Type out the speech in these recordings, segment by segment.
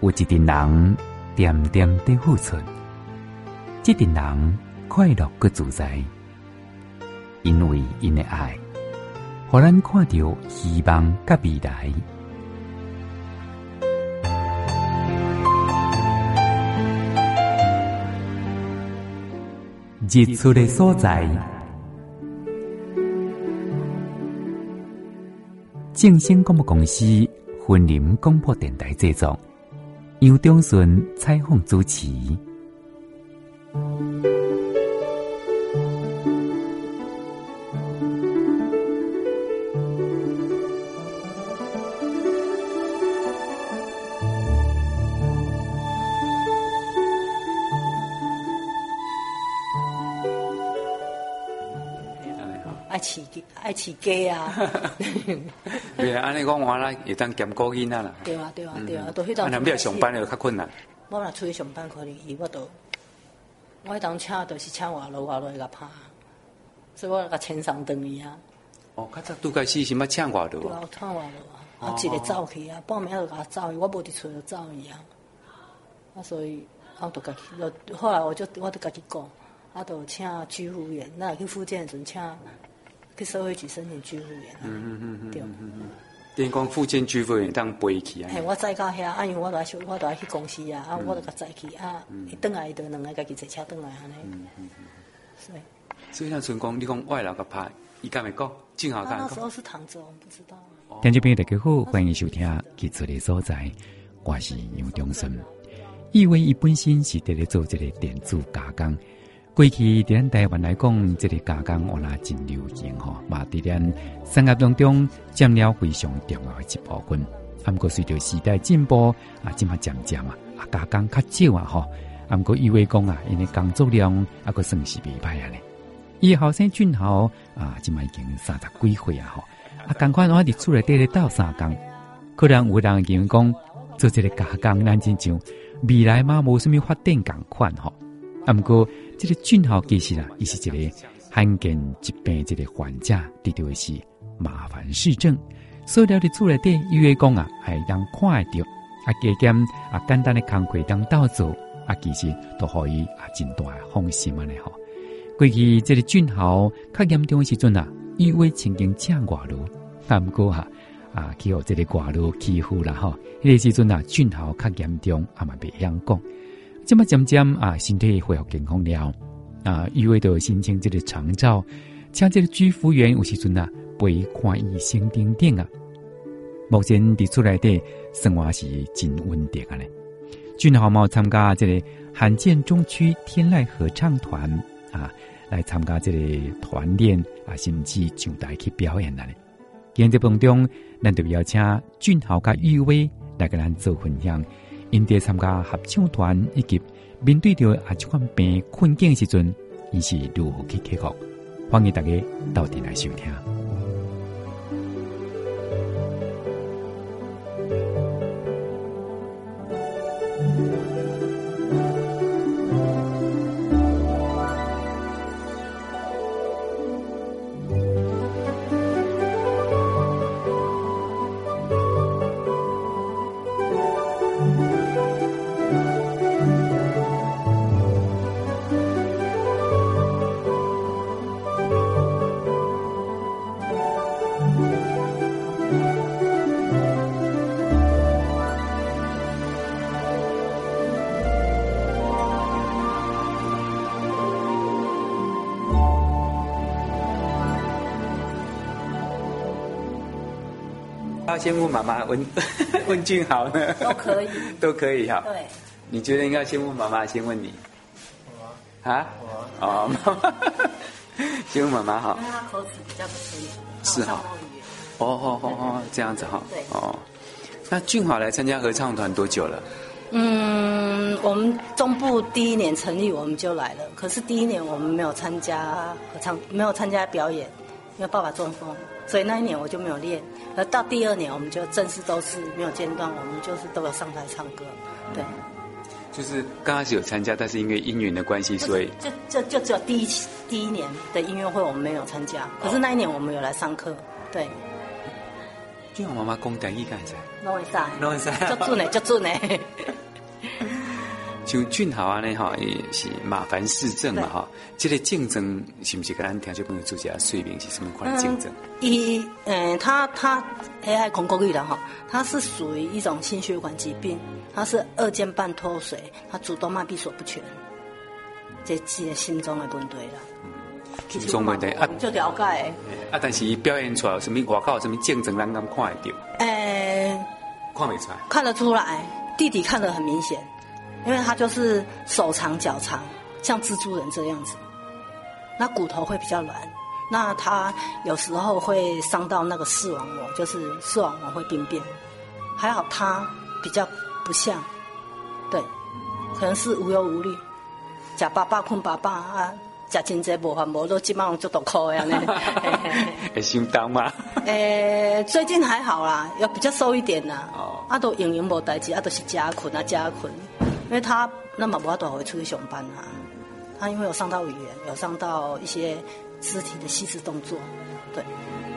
一群人点点地付出，这群人快乐佮自在，因为因的爱，互咱看到希望佮未来。日出的所在，正声广播公司婚林广播电台制作，杨忠顺采访主持。爱饲鸡爱饲鸡 啊，袂啦，安尼讲我啦，会当兼顾囡仔啦。对啊对啊对啊，都迄当。啊，若要上班就较困难。我若出去上班，可能伊我都，我迄当车就是车外路外路会甲拍，所以我甲牵送转去啊，哦，较早拄开始是捌请我的对哦，啊，有趟外路啊，啊一个走去啊，半暝就甲走去，我无伫厝就走去啊，啊所以啊就家己，就后来我就我就家己讲，啊就请居服员，那去福建的时阵请去社会局申请居服员啊，嗯对。等于讲附近聚会会当陪去啊嘿，。我载到遐，啊，因为我来小，我来去公司啊，啊，嗯我就甲载去啊，伊转来伊就两个家己坐车转来安嗯尼。是。所以像像讲，你讲外劳甲拍，伊敢会讲，正好啊，敢那会时讲。候是躺着，我们不知道啊。听众朋友大家好，欢迎收听《日出的所在》，我是杨忠顺。因为伊本身是伫咧做这个电子加工，过去伫咱台湾来讲，这个加工原来真流行吼，嘛伫咱产业当中占了非常重要的一部分。啊，毋过随着时代进步啊，即嘛渐渐啊，啊加工较少啊吼。啊，毋过伊为讲啊，因为工作量啊，佫算是袂歹啊咧。伊的后生俊豪啊，即嘛已经三十几岁啊吼，啊，共款我伫厝内底咧斗相共，可能有人认为讲做即个加工，咱亲像未来嘛无什物发展共款吼。啊，毋过即个俊豪其实啊，伊是一个罕见疾病即个患者，得到的是麻烦氏症。所以了伫厝内底，伊会讲啊，还当看会着啊，加减啊，简单的工课当斗做啊，其实都互伊啊，真大的放心安尼吼。过去即个俊豪较严重的时阵啊，以为曾经请外劳，啊毋过啊啊，去互即个外劳欺负啦吼。迄个时阵啊，俊豪较严重，啊嘛袂晓讲。即么渐渐啊，身体恢复健康了啊，意味着申请即个长照，请即个居服员有时阵啊，陪看医生等等啊。目前伫厝内底生活是真稳定啊咧。俊豪嘛有参加即个罕见中区天籁合唱团啊，来参加即个团练啊，甚至上台去表演啊咧。今日节目中，咱就邀请俊豪甲玉威来跟咱做分享，因伫参加合唱团以及面对着啊即款病困境的时阵，伊是如何去克服。欢迎大家到阵来收听。要啊先问妈妈， 问问俊豪呢？都 可以都可以哈。对，你觉得应该先问妈妈，先问你？我啊？哦，妈妈， 先问妈妈哈因。为他口齿比较不清楚，是哈哦哦哦哦，这样子哈。对哦，那俊豪来参加合唱团多久了？嗯，我们中部第一年成立我们就来了，可是第一年我们没有参加合唱，没有参加表演，因为爸爸中风，所以那一年我就没有练。而到第二年，我们就正式都是没有间断，我们就是都有上台唱歌，对。嗯就是刚开始有参加，但是因为姻缘的关系，所以就就就只有第一期第一年的音乐会我们没有参加，可是那一年我们有来上课，对，俊豪妈妈讲台语干啥？弄一下，拢会使就准呢，就准呢，像俊豪安尼吼，伊是马凡市政嘛吼，即、这个竞争是毋是甲咱听众朋友做一下说明是什么嗯款的竞争？一，嗯，它它 AI 孔沟玉的哈，它是属于一种心血管疾病，它是二尖瓣脱水，它主动脉闭锁不全，这是心中的问题啦。心中问题啊就了解啊，但是伊表现出来有什么外口有什么竞争，咱敢看会到，的，诶，看袂出来。看得出来，弟弟看得很明显，因为他就是手长脚长，像蜘蛛人这样子，那骨头会比较软，那他有时候会伤到那个视网膜，就是视网膜会病变。还好他比较不像，对，可能是无忧无虑， 食爸爸困爸爸啊，食真济无烦无恼，即摆拢足大苦的安尼。 嘿嘿嘿会哎心动 吗？诶、呃最近还好啦，要比较瘦一点啦。哦啊，都营营无代志，啊，都是加困啊，加困。因为他那么无法度回出去上班啊，他因为有伤到语言，有伤到一些肢体的细致动作，对，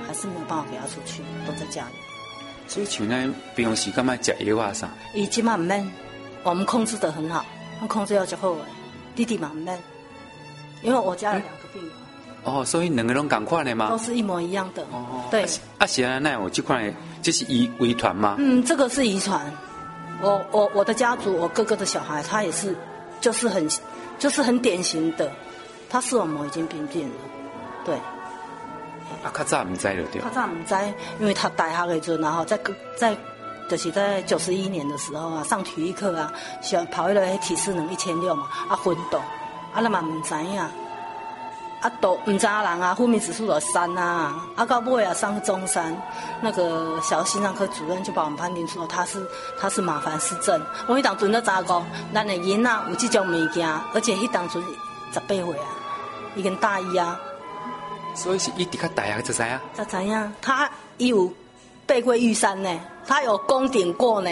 还是没有办法给他出去，都在家里。所以像咱平常时干嘛食药啊啥，以及嘛唔免，我们控制得很好，他控制要就好诶。弟弟嘛唔免，因为我家有两个病人，哦，所以两个拢共款的都嘛。是一模一样的，哦，对。啊是啊是啊，那有即款的，这是遗遗传吗？嗯，这个是遗传。我我我的家族，我哥哥的小孩，他也是，就是很，就是很典型的，他视网膜已经病变了。对，啊，较早毋知就对他。在我们在，因为他大学的时候，然后在跟在，就是在九十一年的时候啊，上体育课啊，想跑迄个体适能一千六嘛，啊昏倒，啊咱嘛毋知影，啊都毋知影人啊，昏迷指数就三啊，啊到尾啊上中山，那个小儿心脏科主任就把我们判定说他是他是马凡氏症，我迄当阵都知影讲，咱的囡仔有即种物件，而且迄当阵十八岁啊，已经大一啊。所以是伊伫较大个才知啊。才知影，他伊有爬过玉山呢，他有攻顶过呢。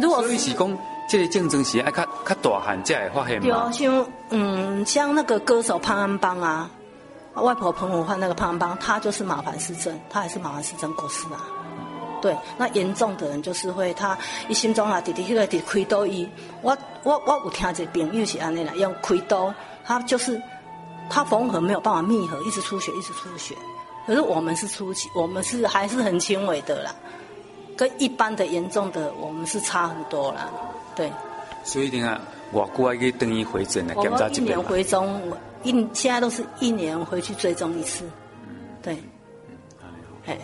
如果所以是讲，这个竞争是爱较较大汉才会发现对哦嘛。像嗯，像那个歌手潘安邦啊，外婆彭文焕那个潘安邦，他就是马凡氏症，他也是马凡氏症过世啊。对，那严重的人就是会他伊心中啊，直直迄个直开刀伊，我我我有听一个朋友是安尼啦，用开刀，他就是他缝合没有办法密合，一直出血，一直出血。可是我们是初期，我们是还是很轻微的啦，跟一般的严重的我们是差很多啦。对，所以你看，偌久爱去等伊回诊来我检查们一一遍年嘛。回踪，我一现在都是一年回去追踪一次，对，嗯哎，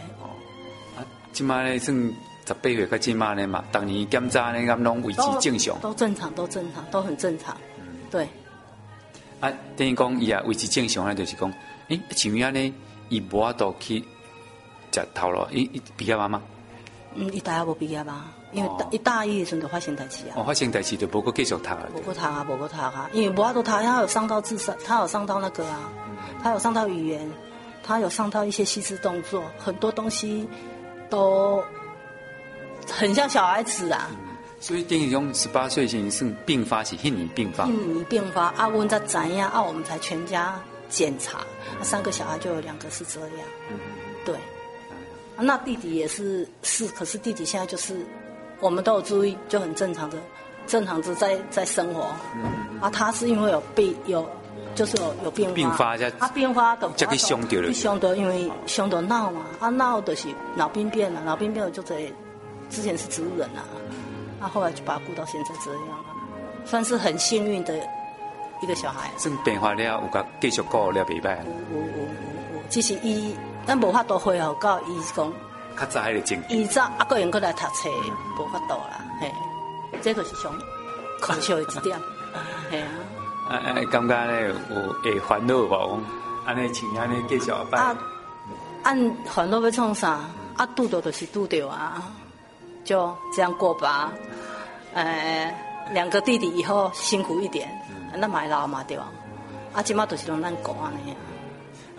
啊，即马咧算十八岁到即马咧嘛，当年检查咧，敢拢维持都正常。嗯都正常，都正常，都很正常，对，啊，等于讲伊啊维持正常咧，就是讲，诶、像伊安尼，伊无法度去食头路，伊伊毕业啊嘛，嗯，一大学无毕业吧，因为哦大一大一的时候就发生代志啊哦，。发生代志就无阁继续读了无过他啊，无过他啊，因为无法度他，他有伤到自身，他有伤到那个啊，嗯他有伤到语言，他有伤到一些细致动作，很多东西都很像小孩子啊。所以等于讲十八岁先算并发是迄年并发，印尼病发，啊，阮才怎样，啊，我们才全家检查，啊，三个小孩就有两个是这样，对，啊那弟弟也是是，可是弟弟现在就是，我们都有注意，就很正常的，正常的在在生活，啊，他是因为有病有。就是有有病发，病发才啊，病发的，才去伤到了去伤到，因为伤到脑嘛，啊脑就是脑病变了，脑病变了就这，之前是植物人啊，啊后来就把他顾到现在这样啊。算是很幸运的一个小孩。算变化了，有甲继续顾了袂歹，啊有有有有，只是伊咱无法度恢复到伊讲，较早迄个症。伊早还个人过来读册，无法度啦，嘿，这就是上可惜的一点，嘿啊。啊啊，感觉咧有会烦恼无？讲安尼像安尼继续拜。啊，按烦恼要创啥？啊，拄着就是拄着啊，就这样过吧。呃，两个弟弟以后辛苦一点，咱买老嘛对吧？啊，即马就是拢咱讲安尼啊。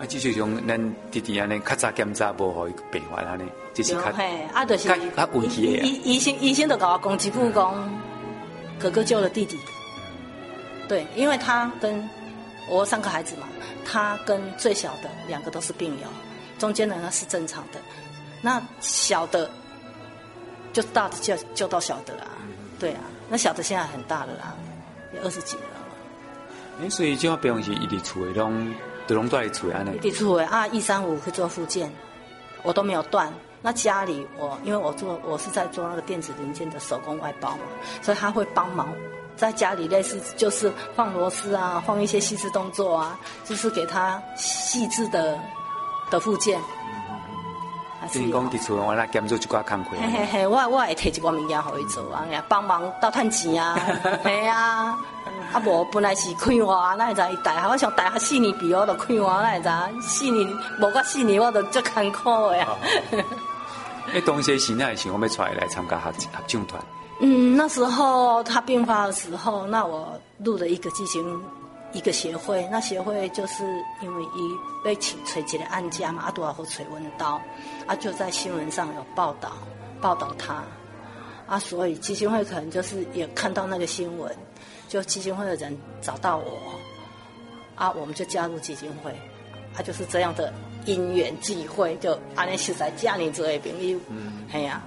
啊，即就是讲咱弟弟安尼较早检查无互伊变化安尼，这是对较嘿，啊，就是较较运气的啊。医医生医生就跟我讲一句讲，哥哥救了弟弟。对，因为他跟我有三个孩子嘛，他跟最小的两个都是病友，中间的那是正常的，那小嗯的啊就大的救救到小的啦，对啊，那小的现在很大了啦，也二十几年了。诶，所以即个平常时伊伫厝诶，拢都拢住伫厝诶安尼。地出尾啊，一三五去做复健，我都没有断。那家里我因为我做我是在做那个电子零件的手工外包嘛，所以他会帮忙在家里类似就是放螺丝啊，放一些细致动作啊，就是给他细致的的附件。还是等于有讲伫厝，我来兼做一寡工课。嘿嘿嘿，我我会摕一寡物件互伊做啊，帮忙斗趁钱啊，嘿啊，啊无本来是快活，啊哪会知伊大学，我上大学四年毕业我就快活，哪会知四年无到四年我就足艰苦的啊。诶，当时时那想我要出来来参加合合唱团，嗯，那时候他病发的时候，那我入了一个基金一个协会，那协会就是因为伊被请锤击的案件嘛，阿啊杜阿和锤文刀，啊就在新闻上有报道报道他，啊所以基金会可能就是也看到那个新闻，就基金会的人找到我，啊我们就加入基金会，啊就是这样的因缘际会，就安尼实在遮尔多的朋友，嘿呀、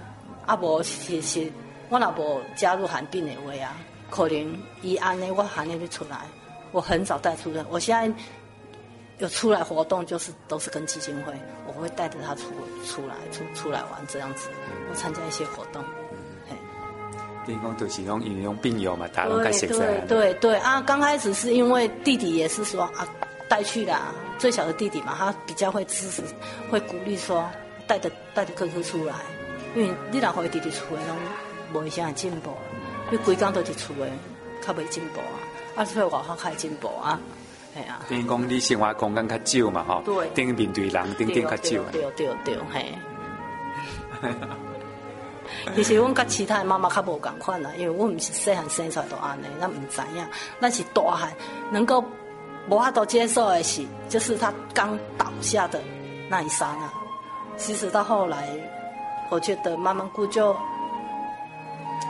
啊，啊无是是，我若无加入寒病的话啊，可能伊安尼我寒病就出来，我很少带出来，我现在。有出来活动就是都是跟基金会，我会带着他出出来出出来玩这样子，我参加一些活动。嘿等于讲就是讲因为用病友嘛，大家拢较对熟悉对安尼。对对啊！刚开始是因为弟弟也是说啊，带去啦，最小的弟弟嘛，他比较会支持，会鼓励说带着带着哥哥出来，因为你若互伊弟弟厝的拢无啥进步，你规工都伫厝的，较袂进步啊，啊所以外口较会进步啊，系啊，等于讲你生活空间较少嘛吼，对等于面对人等对等较对少安尼。啊对对对，嘿。 其实阮甲其他的妈妈较无共款啦，啊因为阮毋是细汉生出来就安尼，咱毋知影，咱是大汉能够无法度接受的是，就是他刚倒下的那一刹那。其实到后来，我觉得慢慢顾就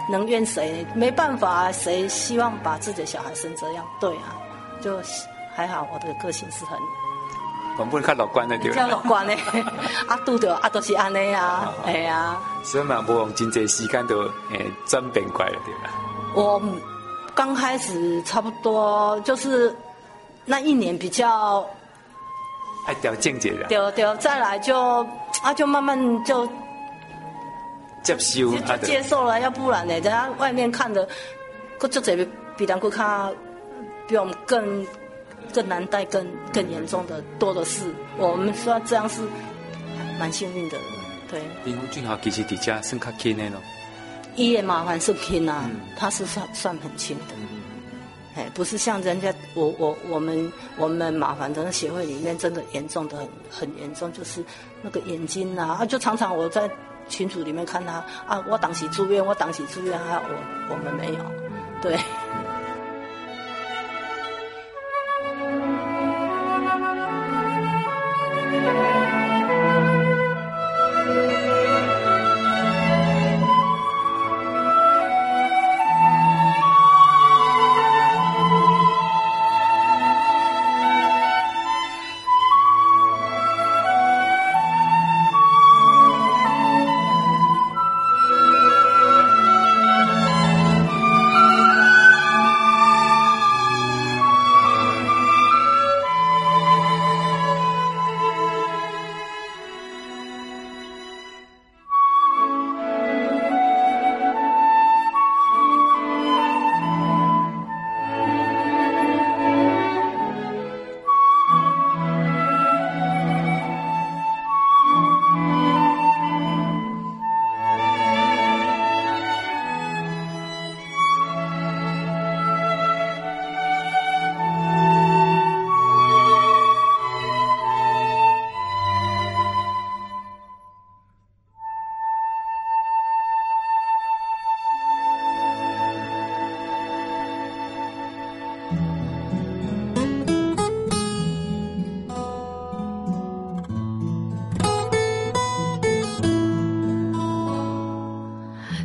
能怨谁？没办法啊，谁希望把自己的小孩生这样？对啊，就还好我的个性是很原本较乐观的对哦比较乐啦，观的，啊，拄着啊，都是安尼啊，嘿啊。所以嘛，无用真济时间都诶转变过来就对啦。我刚开始差不多就是那一年比较爱调整一下，丢丢，再来就啊就慢慢就接受就啊就就接受了，要不然呢，人家外面看的，佫足侪比咱佫较比我们更更难带、更更严重的多的是。我们说这样是蛮幸运的，对。林洪俊豪其实伫遮算较轻的咯，医院麻烦是轻啊，他是算算很轻的，哎，不是像人家我我我们我们麻烦的那协会里面真的严重的很很严重，就是那个眼睛啊，啊就常常我在群组里面看他啊，我当时住院，我当时住院啊，我我们没有，对。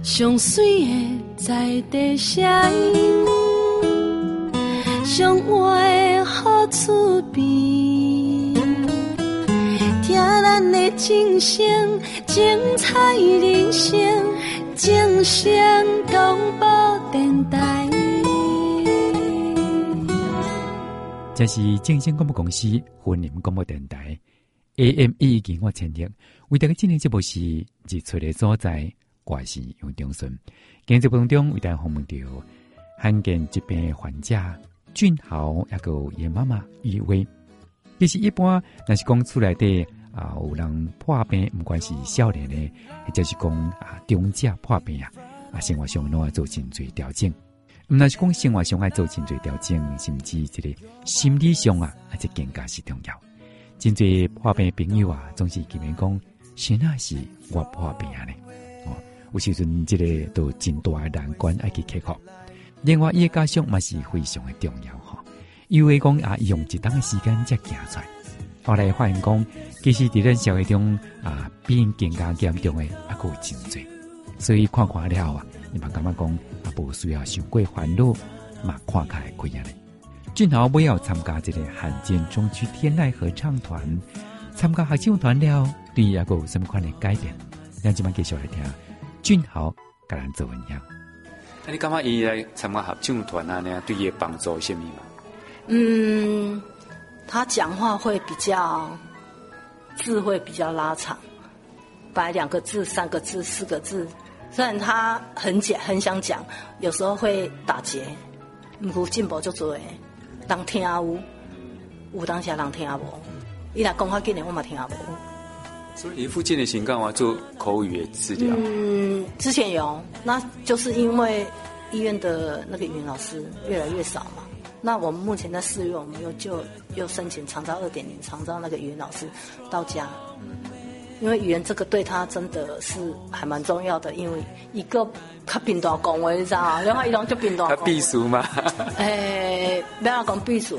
上水的在地声音，上活的好厝边，听咱的掌声，精彩人生，掌声广播电台。这是正声广播公司婚姻广播电台 AM 一九我千六，为大家进行节目是日出的所在，我是杨忠顺。今日节目当中为大家访问到罕见疾病的患者俊豪，也个伊妈妈余薇。其实一般，若是讲厝内底啊，有人破病，毋管是少年的，或者是讲啊中者破病啊，啊生活上拢要做真侪调整。毋但是讲生活上爱做真侪调整，甚至即个心理上啊，啊，这更加是重要。真侪破病的朋友啊，总是见面讲，谁那是我破病啊呢？哦，有时阵即个都真大诶难关爱去克服。另外，伊诶家乡嘛是非常诶重要吼。因为讲啊，用一段时间才行出来，后来发现讲，其实伫咱社会中啊，比因更加严重诶，啊，还有真侪。所以看看了啊，你嘛感觉讲啊，无需要伤过烦恼，嘛看开开啊咧。俊豪尾要参加一个罕见中区天籁合唱团，参加合唱团了，对伊也个有什么款的改变？咱即摆继续来听俊豪甲咱做分享。啊，你感觉伊来参加合唱团啊，呢对伊的帮助有啥物嘛？嗯，他讲话会比较字会比较拉长，摆两个字、三个字、四个字。虽然他很讲很想讲，有时候会打结，毋过进步足多的，人听有，有当时人听无。伊若讲较紧的，我嘛听无。所以你附近的情干嘛做口语的治疗？嗯，之前有，那就是因为医院的那个语言老师越来越少嘛。那我们目前在四月，我们又就又申请长照二点零，长照那个语言老师到家，因为语言这个对他真的是还蛮重要的，因为一个他频道讲话，你知道吗？然后伊拢就频道他讲话。避暑嘛？诶，呃不要讲避暑，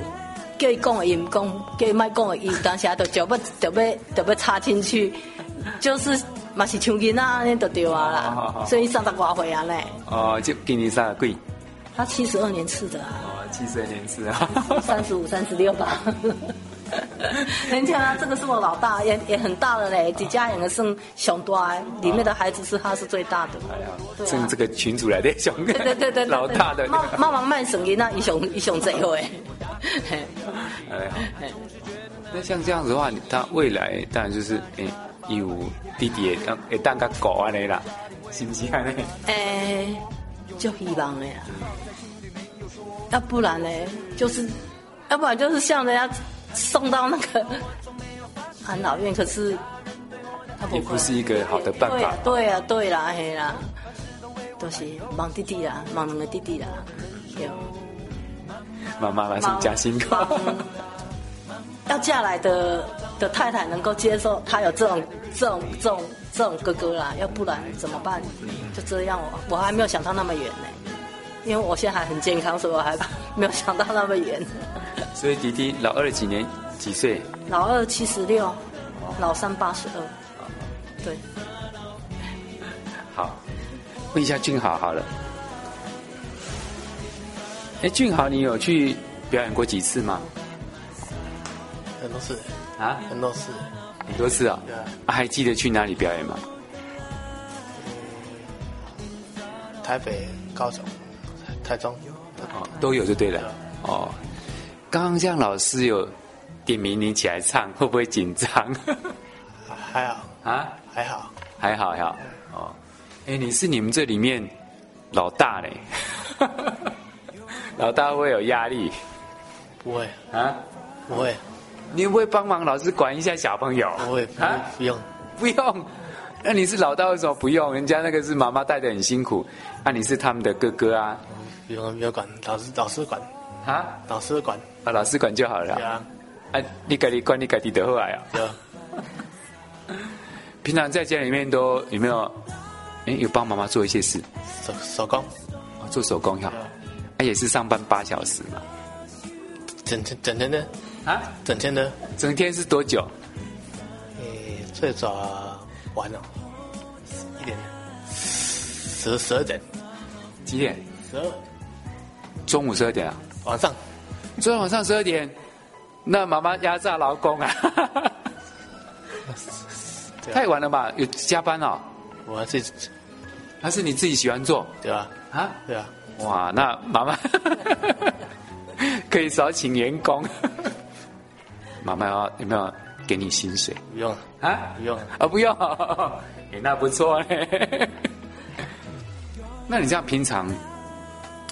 叫伊讲的伊毋讲，叫伊莫讲的伊有当时啊，就就要就要就要插进去，就是嘛是像囡仔安尼就对啊好好好啦，所以三十外岁啊嘞， 哦，就今年三十几，他七十二年次的 啊，哦，七十二年次啊。三十五、三十六吧。 人家、啊、这个是我老大，也也很大了嘞，几家人是熊多，里面的孩子是他是最大的。哎呀对，啊趁这个群主来的熊，对对对对，对老大的，妈妈妈慢省囡仔，一熊一熊最后 哎。嘿哎好。那像这样子的话，你他未来当然就是诶，有弟弟会当会当个狗安尼啦，是啊不是安尼？诶、呃就希望的呀。要不然呢，就是，要不然就是像人家送到那个安老院，可是他也不是一个好的办法。对呀、啊，对啦、啊，嘿啦，都、是忙弟弟啦，忙两个弟弟啦，对。妈妈还是忙加辛苦。忙 要嫁来的的太太能够接受他有这种这种这种这种哥哥啦，要不然怎么办？就这样，哦我我还没有想到那么远呢，因为我现在还很健康，所以我还 没有想到那么远。所以弟弟老二几年几岁？老二七十六，老三八十二，对，好，问一下俊豪好了。哎，俊豪，你有去表演过几次吗？很多次，啊，很多次，很多次啊对啊。啊还记得去哪里表演吗？台北、高雄、台中，哦，都有就对了。哦，刚刚像老师有点名你起来唱，会不会紧张？还好，啊，还好，还好还好。哦，哎，你是你们这里面老大 嘞，老大会不会有压力不会，啊？不会，你会不会帮忙老师管一下小朋友？不会，不啊，不用， 不用。那你是老大为什么不用？人家那个是妈妈带的很辛苦，那、你是他们的哥哥啊不用，不用管，老师，老师管，啊，老师管，啊老师管就好了对啊。啊，啊，你家己管你家己的好啊。对啊，平常在家里面都有没有？哎，有帮妈妈做一些事，手手工，哦做手工哈，对啊啊也是上班八小时嘛。整天整天的，啊，整天的，整天是多久？诶，最早晚了，一点，十十二点，几点？十二，中午十二点啊。晚上昨天晚上十二点，那妈妈压榨劳工啊， 对啊太晚了吧？有加班哦？我要自己，还是你自己喜欢做对吧？啊？对啊，哇，那妈妈可可以少请员工。妈妈要有没有给你薪水不用了，啊？不用了。啊，不用，哎，那不错嘞。那你这样平常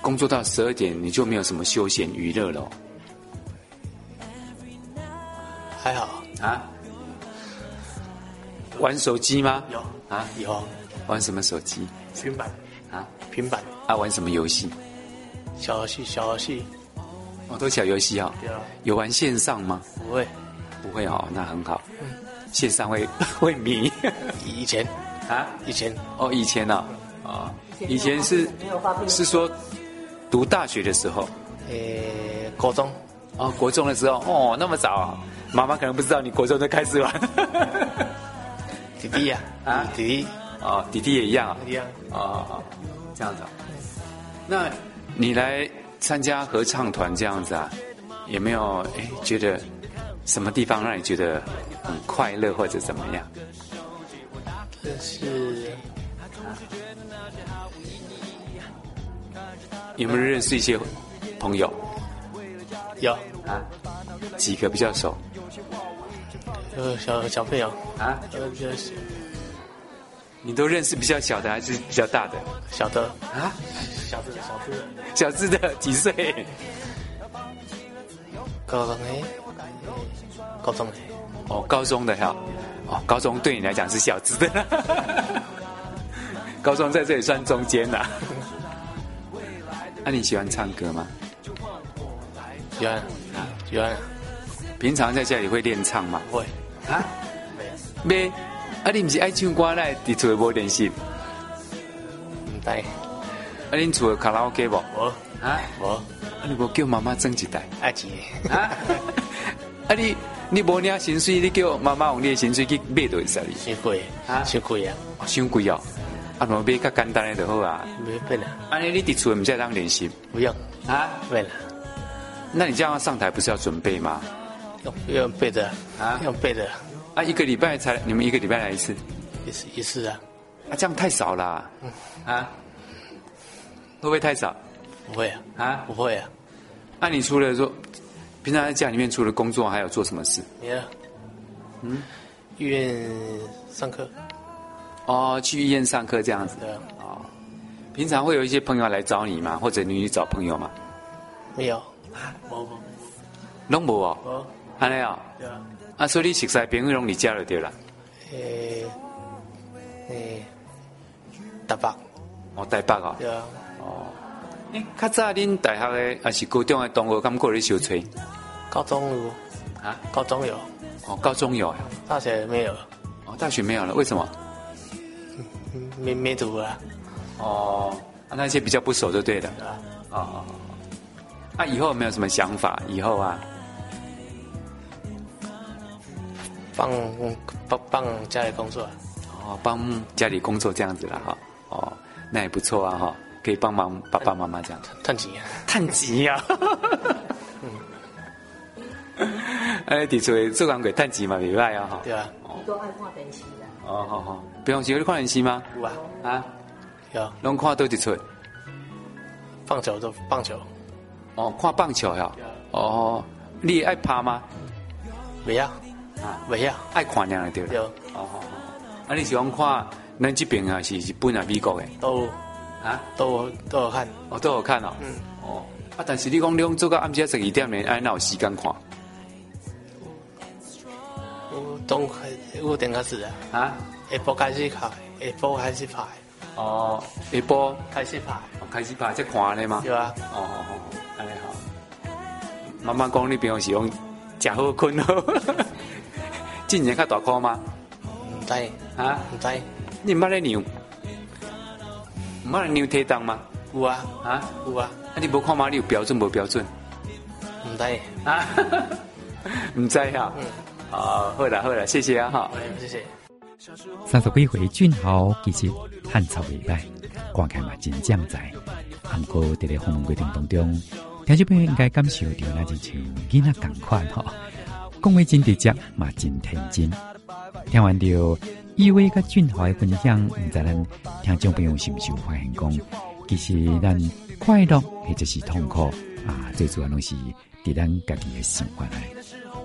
工作到十二点，你就没有什么休闲娱乐了哦还好啊？玩手机吗？有啊，有玩什么手机平板啊？平板啊，玩什么游戏？小游戏小游戏，哦，都小游戏啊、对啊，有玩线上吗？不会不会哦，那很好。线上会 会迷以以前啊？以前哦，以前呢、啊？哦，以前是没有发病是说读大学的时候，诶高中哦，国中的时候，哦，那么早、啊，妈妈可能不知道你国中就开始玩。 弟弟呀啊弟弟哦，弟弟也一样啊弟。弟啊，哦哦哦，这样子、啊。那你来参加合唱团这样子啊，有没有哎觉得什么地方让你觉得很快乐或者怎么样？这是有没有认识一些朋友有啊？几个比较熟有呃小小朋友，啊？呃就是你都认识比较小的还是比较大的小的啊？小的小的小智的几岁？高中诶，高中诶，哦，高中的哈，哦，高中对你来讲是小资的 啦，高中在这里算中间啦。那、你喜欢唱歌吗？喜欢喜欢平常在家里会练唱吗？啊不会啊，没有，没，啊，你不是爱唱歌来，你厝的无练习，唔带啊，恁厝有卡拉 OK 无？我啊，我啊，你无叫妈妈整一台？爱钱啊，啊你你无领薪水，你叫妈妈用你的薪水去买就会使哩，辛苦诶啊辛苦诶啊，哦伤贵哦，啊，无买较简单的就好啊。不变啦安尼你伫厝毋才当练习不用啊？不变啦，那你这样上台不是要准备吗？用用背的啊用背的啊，一个礼拜才你们一个礼拜来一次，一次一次啊，啊，这样太少啦、啊，会不会太少？不会啊啊不会啊，那、你除了说平常在家里面除了工作，还有做什么事？你呢？嗯，医院上课哦，去医院上课这样子。对啊，平常会有一些朋友来找你吗？或者你去找朋友吗？没有，我我拢无哦，我安尼哦，对啊，啊，所以你熟悉的朋友拢你家就对了。诶诶，大伯哦，台北哦，对啊，诶较早恁大学的还是高中的同学，敢过咧相吹高中有啊？高中有，哦，高中有，大学没有，哦，大学没有了，为什么？嗯没没读啊，哦，啊那些比较不熟就对了。对啊，哦哦哦。那、啊、以后有没有什么想法？以后啊，帮帮帮家里工作啊，哦，帮家里工作这样子了哈。哦，那也不错啊哈、可以帮忙爸爸妈妈这样。 趁钱啊，趁钱啊！ 哎，伫厝做工过趁钱嘛，袂歹啊哈。对啊，伊都爱看电视啦。哦，好好，平常时有咧看电视吗？有啊，啊，有啊拢看倒一出。棒球都棒球，哦，看棒球呀、哦，你爱拍吗？不要啊不要，爱看那样对了。有哦哦哦，啊，你喜欢看咱这边啊是日本啊美国的都啊？都都有看，哦，都有看哦。嗯，哦，啊，但是你讲你讲做到暗时十二点的，哎，哪有时间看我中我点开始啊，啊？下晡开始拍，下晡开始拍，哦，下晡哦开始拍，开始拍才看的吗？对啊。哦哦哦，安尼好。妈妈讲你平常时用食好 困好，今年较大块吗？唔知，唔啊，知，你毋捌咧牛？毋捌咧牛体重吗？有啊，啊，啊有啊，你无看吗？你有标准无标准？唔知，啊， 唔知哈、嗯，啊，好啦好啦，谢谢啊哈。好，谢谢。三十几岁俊豪其实汉草未歹，看起来嘛真将才。不过伫咧访问过程当中，听众朋友应该感受到那亲像囡仔共款吼，讲话真直接，嘛真天真。听完着意伟甲俊豪的分享，毋知咱听众朋友是毋是有发现讲，其实咱快乐或者是痛苦，啊，最主要拢是伫咱家己的生活内。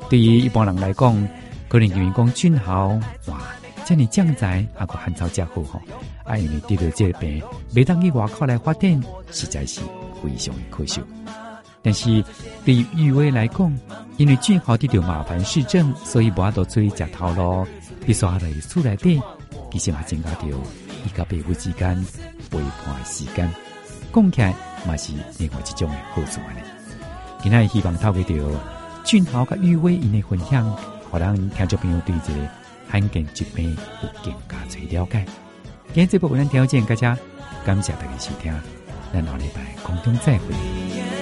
对于一般人来讲，可能认为讲俊豪哇，遮尔将才啊个汉朝遮好吼，啊因为得到这个病，袂当去外口来发展，实在是非常的可惜。但是对于玉威来讲，因为俊豪得到麻烦市政，所以无法度出去食头路，必须下来厝内底，其实也增加着伊甲爸母之间陪伴的时间。讲起来嘛是另外一种的好处啊安尼。今仔日希望透过着俊豪甲玉威因的分享，互咱听众朋友对这个罕见疾病有更加侪了解。今日这部分咱条件，大家感谢大家收听，咱下礼拜空中再会。